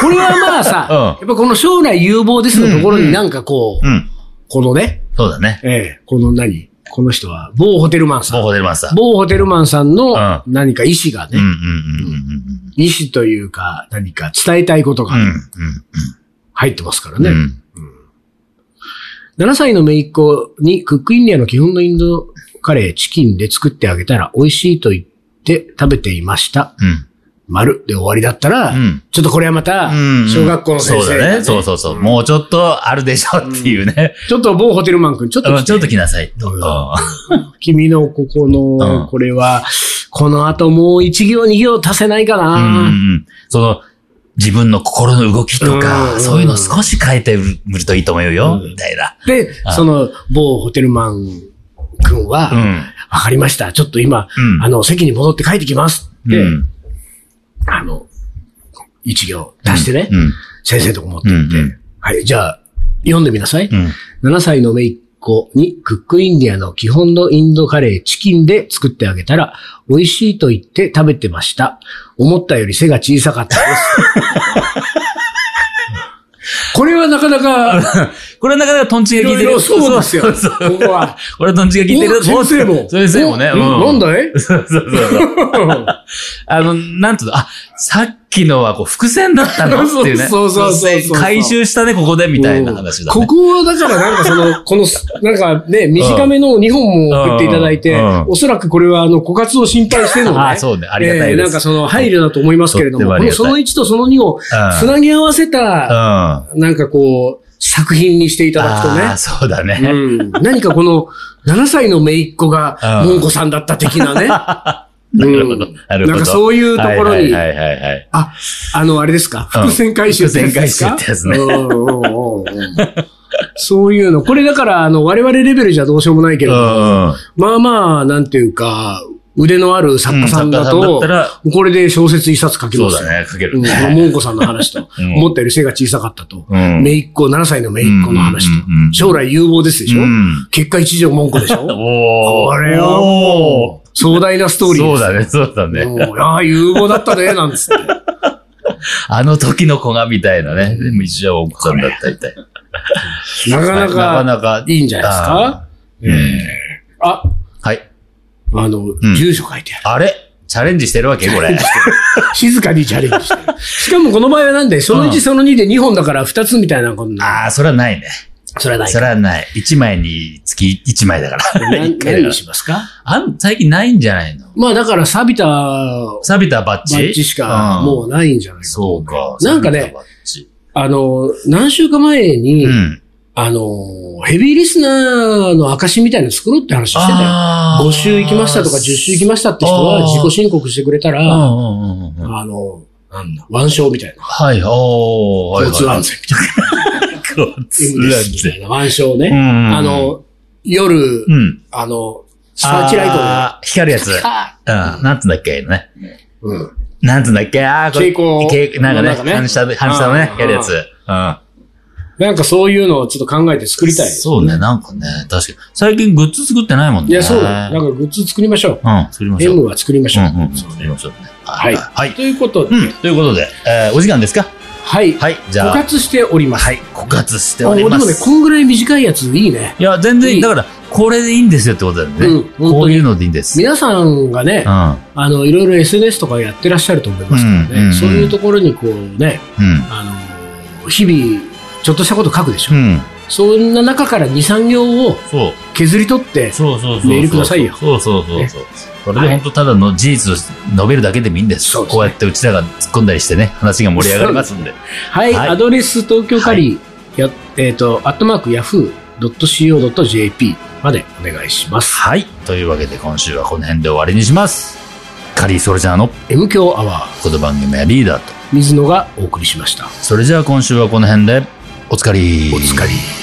[SPEAKER 1] これはまあさ、
[SPEAKER 2] うん
[SPEAKER 1] やっぱこの将来有望ですのところ
[SPEAKER 2] うんう
[SPEAKER 1] に
[SPEAKER 2] ん
[SPEAKER 1] なんかこう、
[SPEAKER 2] うん。
[SPEAKER 1] このね、
[SPEAKER 2] そうだね。
[SPEAKER 1] ええこの何この人は、某ホテルマンさ
[SPEAKER 2] 某
[SPEAKER 1] ん。
[SPEAKER 2] ホテルマンさん。
[SPEAKER 1] 某ホテルマンさんの
[SPEAKER 2] うん
[SPEAKER 1] 何か意思が
[SPEAKER 2] うんう
[SPEAKER 1] ね、
[SPEAKER 2] んうんうん
[SPEAKER 1] 意思というか何か伝えたいことが
[SPEAKER 2] うん。うん
[SPEAKER 1] 入ってますから
[SPEAKER 2] うん。
[SPEAKER 1] ね。
[SPEAKER 2] うん。
[SPEAKER 1] 7歳の姪っ子にクックインディアの基本のインドカレーチキンで作ってあげたら美味しいと言って食べていました。
[SPEAKER 2] うん。
[SPEAKER 1] 丸で終わりだったら、
[SPEAKER 2] うん
[SPEAKER 1] ちょっとこれはまた
[SPEAKER 2] うん。
[SPEAKER 1] 小学校の先生
[SPEAKER 2] そう
[SPEAKER 1] が
[SPEAKER 2] だね。そうそうそう。もうちょっとあるでしょっていうね。
[SPEAKER 1] ちょっと某ホテルマン君、ちょっと
[SPEAKER 2] う
[SPEAKER 1] 来
[SPEAKER 2] ん
[SPEAKER 1] て
[SPEAKER 2] ちょっと来なさい。と
[SPEAKER 1] うん
[SPEAKER 2] う
[SPEAKER 1] 君のここ
[SPEAKER 2] う
[SPEAKER 1] の、
[SPEAKER 2] ん
[SPEAKER 1] これは、この後もう一行二行足せないか
[SPEAKER 2] んうんう
[SPEAKER 1] な。
[SPEAKER 2] ん。その、自分の心の動きと
[SPEAKER 1] う
[SPEAKER 2] か、
[SPEAKER 1] ん
[SPEAKER 2] そういうの少し変えてみるといいと思うよ、
[SPEAKER 1] うん
[SPEAKER 2] みたいな。
[SPEAKER 1] で、その某ホテルマン君は、
[SPEAKER 2] う
[SPEAKER 1] わ、
[SPEAKER 2] ん。
[SPEAKER 1] かりました。ちょっと今、
[SPEAKER 2] うん
[SPEAKER 1] あの、席に戻って帰ってきますって、
[SPEAKER 2] うん。
[SPEAKER 1] あの、一行足してね。
[SPEAKER 2] うん。
[SPEAKER 1] 先生とこ持ってって、
[SPEAKER 2] うんうん
[SPEAKER 1] はい、じゃあ、読んでみなさい。
[SPEAKER 2] うん。
[SPEAKER 1] 7歳の姪っ子にクックインディアの基本のインドカレーチキンで作ってあげたら、美味しいと言って食べてました。思ったより背が小さかったで す。これはなかなか、
[SPEAKER 2] これはなかなかトンチ
[SPEAKER 1] い
[SPEAKER 2] が効い
[SPEAKER 1] ろ
[SPEAKER 2] て
[SPEAKER 1] いろ
[SPEAKER 2] る。
[SPEAKER 1] そうですよ。こ
[SPEAKER 2] そうそう
[SPEAKER 1] こは。
[SPEAKER 2] これはトンチが効いてる。
[SPEAKER 1] お先生も。
[SPEAKER 2] 先生もね。
[SPEAKER 1] おなんだい
[SPEAKER 2] そうそうそう。あの、なんつうの、あ、さっきのはこう伏線だったのっていうね。
[SPEAKER 1] そうそうそうそうそう
[SPEAKER 2] 回収したね、ここで、みたいな話だね。
[SPEAKER 1] ここはだからなんかその、 この、なんかね、短めの2本も送っていただいて、
[SPEAKER 2] うんうん
[SPEAKER 1] おそらくこれはあの、枯渇を心配してのね。
[SPEAKER 2] あそうねありがたいです
[SPEAKER 1] えーなんかその配慮だと思いますけれども、
[SPEAKER 2] とってもあ
[SPEAKER 1] こ
[SPEAKER 2] り
[SPEAKER 1] の
[SPEAKER 2] がたい
[SPEAKER 1] その1とその2をつなぎ合わせ
[SPEAKER 2] うん。
[SPEAKER 1] た、
[SPEAKER 2] うん。
[SPEAKER 1] なんかこう、作品にしていただくと
[SPEAKER 2] あ
[SPEAKER 1] ね
[SPEAKER 2] ー。そうだね。
[SPEAKER 1] うん、何かこの、7歳の姪っ子が、
[SPEAKER 2] うん
[SPEAKER 1] もんこさんだった的なね。
[SPEAKER 2] なるほど
[SPEAKER 1] うん。
[SPEAKER 2] なるほど。
[SPEAKER 1] なんかそういうところに
[SPEAKER 2] はいはいはいはいはい。
[SPEAKER 1] あ、あの、あれですか
[SPEAKER 2] うん
[SPEAKER 1] 伏線回収ってやつですか
[SPEAKER 2] 伏線回収ってやつね
[SPEAKER 1] うんうんうんうんそういうの。これだから、あの、我々レベルじゃどうしようもないけれ
[SPEAKER 2] う
[SPEAKER 1] ど、
[SPEAKER 2] んうん。
[SPEAKER 1] まあまあ、なんていうか、腕のある作家さんだ
[SPEAKER 2] うん
[SPEAKER 1] と
[SPEAKER 2] 作家さん、だった
[SPEAKER 1] これで小説一冊書き
[SPEAKER 2] そ
[SPEAKER 1] ま
[SPEAKER 2] う
[SPEAKER 1] すよ。
[SPEAKER 2] だね、かけ
[SPEAKER 1] う
[SPEAKER 2] る
[SPEAKER 1] んこ
[SPEAKER 2] ね。
[SPEAKER 1] のモンコさんの話と、
[SPEAKER 2] うん
[SPEAKER 1] 思ったより背が小さかったと、
[SPEAKER 2] うん
[SPEAKER 1] めいっ子、7歳のめいっ子の話と
[SPEAKER 2] うんうんうんう、ん
[SPEAKER 1] 将来有望ですでしょ
[SPEAKER 2] うん
[SPEAKER 1] 結果一条文句でしょ
[SPEAKER 2] おー
[SPEAKER 1] これはもう、壮大なストーリー
[SPEAKER 2] そ
[SPEAKER 1] で
[SPEAKER 2] う
[SPEAKER 1] す。
[SPEAKER 2] だね、そうだね。
[SPEAKER 1] もうああ、有望だったね、なんつって。
[SPEAKER 2] あの時の子がみたいなね。でも一応奥さんだったみたい。
[SPEAKER 1] なかな
[SPEAKER 2] はい な
[SPEAKER 1] か、
[SPEAKER 2] かなか
[SPEAKER 1] いいんじゃないですか
[SPEAKER 2] うん
[SPEAKER 1] あ、
[SPEAKER 2] はい。
[SPEAKER 1] あの、
[SPEAKER 2] ん
[SPEAKER 1] 住所書いてある。
[SPEAKER 2] あれチャレンジしてるわけこれ。
[SPEAKER 1] 静かにチャレンジしてる。 しかもこの場合はなんで、その
[SPEAKER 2] うん
[SPEAKER 1] 1その2で2本だから2つみたいなことになる
[SPEAKER 2] ああ、それはないね。
[SPEAKER 1] それはない
[SPEAKER 2] そ
[SPEAKER 1] か。
[SPEAKER 2] れはない。1枚につき1枚だから。
[SPEAKER 1] な
[SPEAKER 2] 一回
[SPEAKER 1] 何に
[SPEAKER 2] だか
[SPEAKER 1] しますから
[SPEAKER 2] あん、最近ないんじゃないの
[SPEAKER 1] まあだから錆びたバ
[SPEAKER 2] 錆びたバッジ
[SPEAKER 1] ッジしかもうないんじゃない
[SPEAKER 2] うん
[SPEAKER 1] か。
[SPEAKER 2] そうか。
[SPEAKER 1] なんかね
[SPEAKER 2] 錆びたバッジ
[SPEAKER 1] あの、何週間前に、
[SPEAKER 2] うん。
[SPEAKER 1] あの、ヘビーリスナーの証みたいなの作ろうって話してたよ。
[SPEAKER 2] あー
[SPEAKER 1] 5週行きましたとか10週行きましたって人は
[SPEAKER 2] あー
[SPEAKER 1] 自己申告してくれた
[SPEAKER 2] う
[SPEAKER 1] ら、あ
[SPEAKER 2] んうんうんうん。
[SPEAKER 1] の、なんだ、腕章みたいな。
[SPEAKER 2] はい、おー。
[SPEAKER 1] 交通安全みたいな。
[SPEAKER 2] 全。交通
[SPEAKER 1] M ですみ
[SPEAKER 2] 安
[SPEAKER 1] たい
[SPEAKER 2] 全。
[SPEAKER 1] な腕章
[SPEAKER 2] うん
[SPEAKER 1] ね。
[SPEAKER 2] うんうん
[SPEAKER 1] あ、の、夜
[SPEAKER 2] う、ん。
[SPEAKER 1] あの、サーチライトの
[SPEAKER 2] あー光るやつ。うん。なんつうんだっけね。
[SPEAKER 1] うん
[SPEAKER 2] なんつうんだっけああ、これ
[SPEAKER 1] 蛍光
[SPEAKER 2] 蛍光なん
[SPEAKER 1] な
[SPEAKER 2] か
[SPEAKER 1] んかね
[SPEAKER 2] ね、反射、反射の
[SPEAKER 1] うん
[SPEAKER 2] ね、光るやつ。うん。
[SPEAKER 1] なんかそういうのをちょっと考えて作りたい。
[SPEAKER 2] そうね、なんかね、確かに。最近グッズ作ってないもんね。
[SPEAKER 1] いや、そうだ。なん
[SPEAKER 2] う
[SPEAKER 1] かグッズ作りましょう。
[SPEAKER 2] ん、作りましょう。
[SPEAKER 1] M は作りましょう。
[SPEAKER 2] うんうん、そうね、そうね。
[SPEAKER 1] はい
[SPEAKER 2] はい。
[SPEAKER 1] ということで、
[SPEAKER 2] うん、ということで、えー、お時間ですか
[SPEAKER 1] はい。
[SPEAKER 2] はい、じ
[SPEAKER 1] 枯
[SPEAKER 2] ゃあ、
[SPEAKER 1] 渇しております。
[SPEAKER 2] はい、枯渇して
[SPEAKER 1] あ
[SPEAKER 2] お
[SPEAKER 1] で
[SPEAKER 2] り
[SPEAKER 1] も
[SPEAKER 2] ま
[SPEAKER 1] ね、
[SPEAKER 2] す。
[SPEAKER 1] こんぐらい短いやついいね。
[SPEAKER 2] いや、全然い
[SPEAKER 1] いい
[SPEAKER 2] い。だから、これでいいんですよってことだよね。
[SPEAKER 1] うん本当に
[SPEAKER 2] こういうのでいいんです。
[SPEAKER 1] 皆さんがね
[SPEAKER 2] う、ん、うん、
[SPEAKER 1] あの、いろいろ SNS とかやってらっしゃると思いますから
[SPEAKER 2] うんうんう
[SPEAKER 1] ね、
[SPEAKER 2] ん
[SPEAKER 1] そういうところにこうね、あの、日々、ちょっとしたこと書くでしょ
[SPEAKER 2] う。ん。
[SPEAKER 1] そんな中から2、3行を
[SPEAKER 2] そう、
[SPEAKER 1] 削り取って、
[SPEAKER 2] そうそうそうそう。
[SPEAKER 1] メールくださいよ
[SPEAKER 2] そうそうそうそう。これ
[SPEAKER 1] は
[SPEAKER 2] で
[SPEAKER 1] い
[SPEAKER 2] 本当ただの事実を述べるだけでもいいんです。
[SPEAKER 1] そうですね
[SPEAKER 2] こうやってうちらが突っ込んだりしてね、話が盛り上がりますんで。
[SPEAKER 1] はい、
[SPEAKER 2] はい
[SPEAKER 1] アドレス東京カリー、やえっと、アットマーク yahoo.co.jp までお願いします。
[SPEAKER 2] はい。というわけで今週はこの辺で終わりにします。カリーソルジャーの
[SPEAKER 1] M 強アワー、
[SPEAKER 2] この番組はリーダーと。
[SPEAKER 1] 水野がお送りしました。
[SPEAKER 2] それじゃあ今週はこの辺でおつかり。
[SPEAKER 1] お疲れ。